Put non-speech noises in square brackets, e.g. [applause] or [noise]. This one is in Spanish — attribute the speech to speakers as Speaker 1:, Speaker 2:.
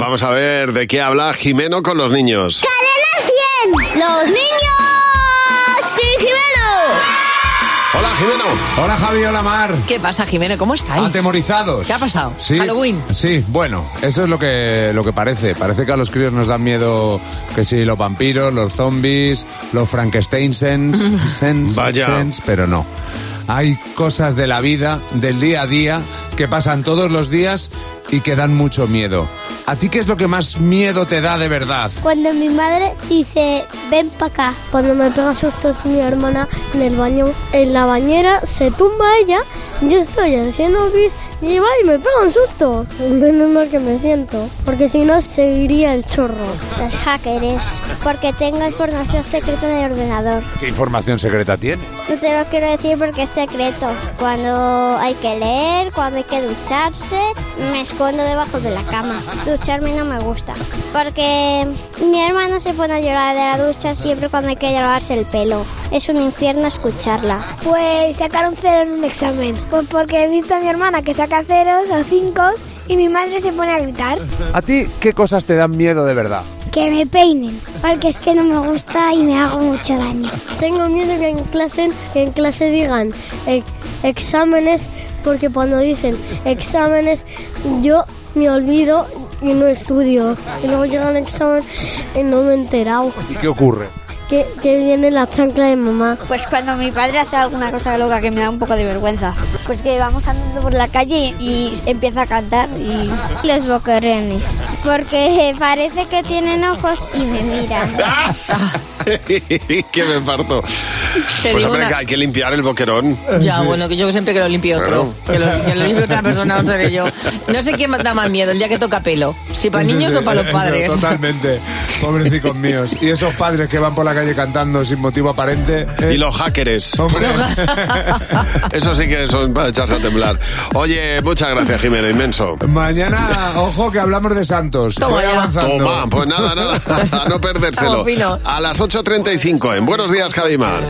Speaker 1: Vamos a ver de qué habla Jimeno con los niños.
Speaker 2: ¡Cadena 100! ¡Los niños! ¡Sí, Jimeno!
Speaker 1: Hola Jimeno.
Speaker 3: Hola Javi, hola Mar.
Speaker 4: ¿Qué pasa, Jimeno? ¿Cómo estáis?
Speaker 3: Atemorizados.
Speaker 4: ¿Qué ha pasado?
Speaker 3: Sí,
Speaker 4: Halloween.
Speaker 3: Sí, bueno, eso es lo que, lo que parece. Parece que a los críos nos dan miedo que si los vampiros, los zombies, los
Speaker 4: [laughs]
Speaker 3: Frankensteinsens, sens,
Speaker 1: Vaya.
Speaker 3: sens, pero no. Hay cosas de la vida, del día a día, que pasan todos los días y que dan mucho miedo. ¿A ti qué es lo que más miedo te da de verdad?
Speaker 2: Cuando mi madre dice, ven para acá. Cuando me pega sustos mi hermana en el baño, en la bañera, se tumba ella, yo estoy haciendo pis y va y me pega un susto. [laughs] Menos mal que me siento, porque si no seguiría el chorro. Los hackers, porque tengo información secreta en el ordenador.
Speaker 3: ¿Qué información secreta tiene?
Speaker 2: No te lo quiero decir porque es secreto. Cuando hay que leer, cuando hay que ducharse, me escondo debajo de la cama. Ducharme no me gusta. Porque mi hermana se pone a llorar de la ducha siempre cuando hay que lavarse el pelo. Es un infierno escucharla.
Speaker 5: Pues sacar un cero en un examen. Pues porque he visto a mi hermana que saca ceros o cinco y mi madre se pone a gritar.
Speaker 3: ¿A ti qué cosas te dan miedo de verdad?
Speaker 2: Que me peinen, porque es que no me gusta y me hago mucho daño. Tengo miedo que en clase, que en clase digan e- exámenes, porque cuando dicen exámenes yo me olvido y no estudio. Y luego llega el examen y no me he enterado
Speaker 3: ¿Y qué ocurre?
Speaker 2: que, que viene la chancla de mamá.
Speaker 6: Pues cuando mi padre hace alguna cosa loca que me da un poco de vergüenza. Pues que vamos andando por la calle y empieza a cantar y...
Speaker 2: Los boquerones, porque parece que tienen ojos y me miran.
Speaker 1: [laughs] que me parto.
Speaker 4: Te
Speaker 1: pues
Speaker 4: digo
Speaker 1: hombre,
Speaker 4: una-
Speaker 1: que hay que limpiar el boquerón.
Speaker 4: Ya, bueno, que yo siempre que lo limpie otro. Que lo, que lo limpie otra persona, no seré yo. No sé quién da más miedo, el día que toca pelo. Si para
Speaker 3: Sí,
Speaker 4: niños
Speaker 3: sí,
Speaker 4: o para los
Speaker 3: [laughs] eso,
Speaker 4: padres.
Speaker 3: totalmente. Pobrecicos míos. Y esos padres que van por la calle cantando sin motivo aparente. eh,
Speaker 1: Y los hackers.
Speaker 3: Hombre.
Speaker 1: [laughs] Eso sí que son para echarse a temblar. Oye, muchas gracias, Jimeno, inmenso.
Speaker 3: Mañana, ojo, que hablamos de Santos.
Speaker 4: Toma
Speaker 3: Voy
Speaker 4: ya.
Speaker 3: avanzando.
Speaker 4: [laughs]
Speaker 1: Toma, pues nada, nada, a no perdérselo.
Speaker 4: Vamos, fino.
Speaker 1: A las 8.35 en Buenos Días, Javimar.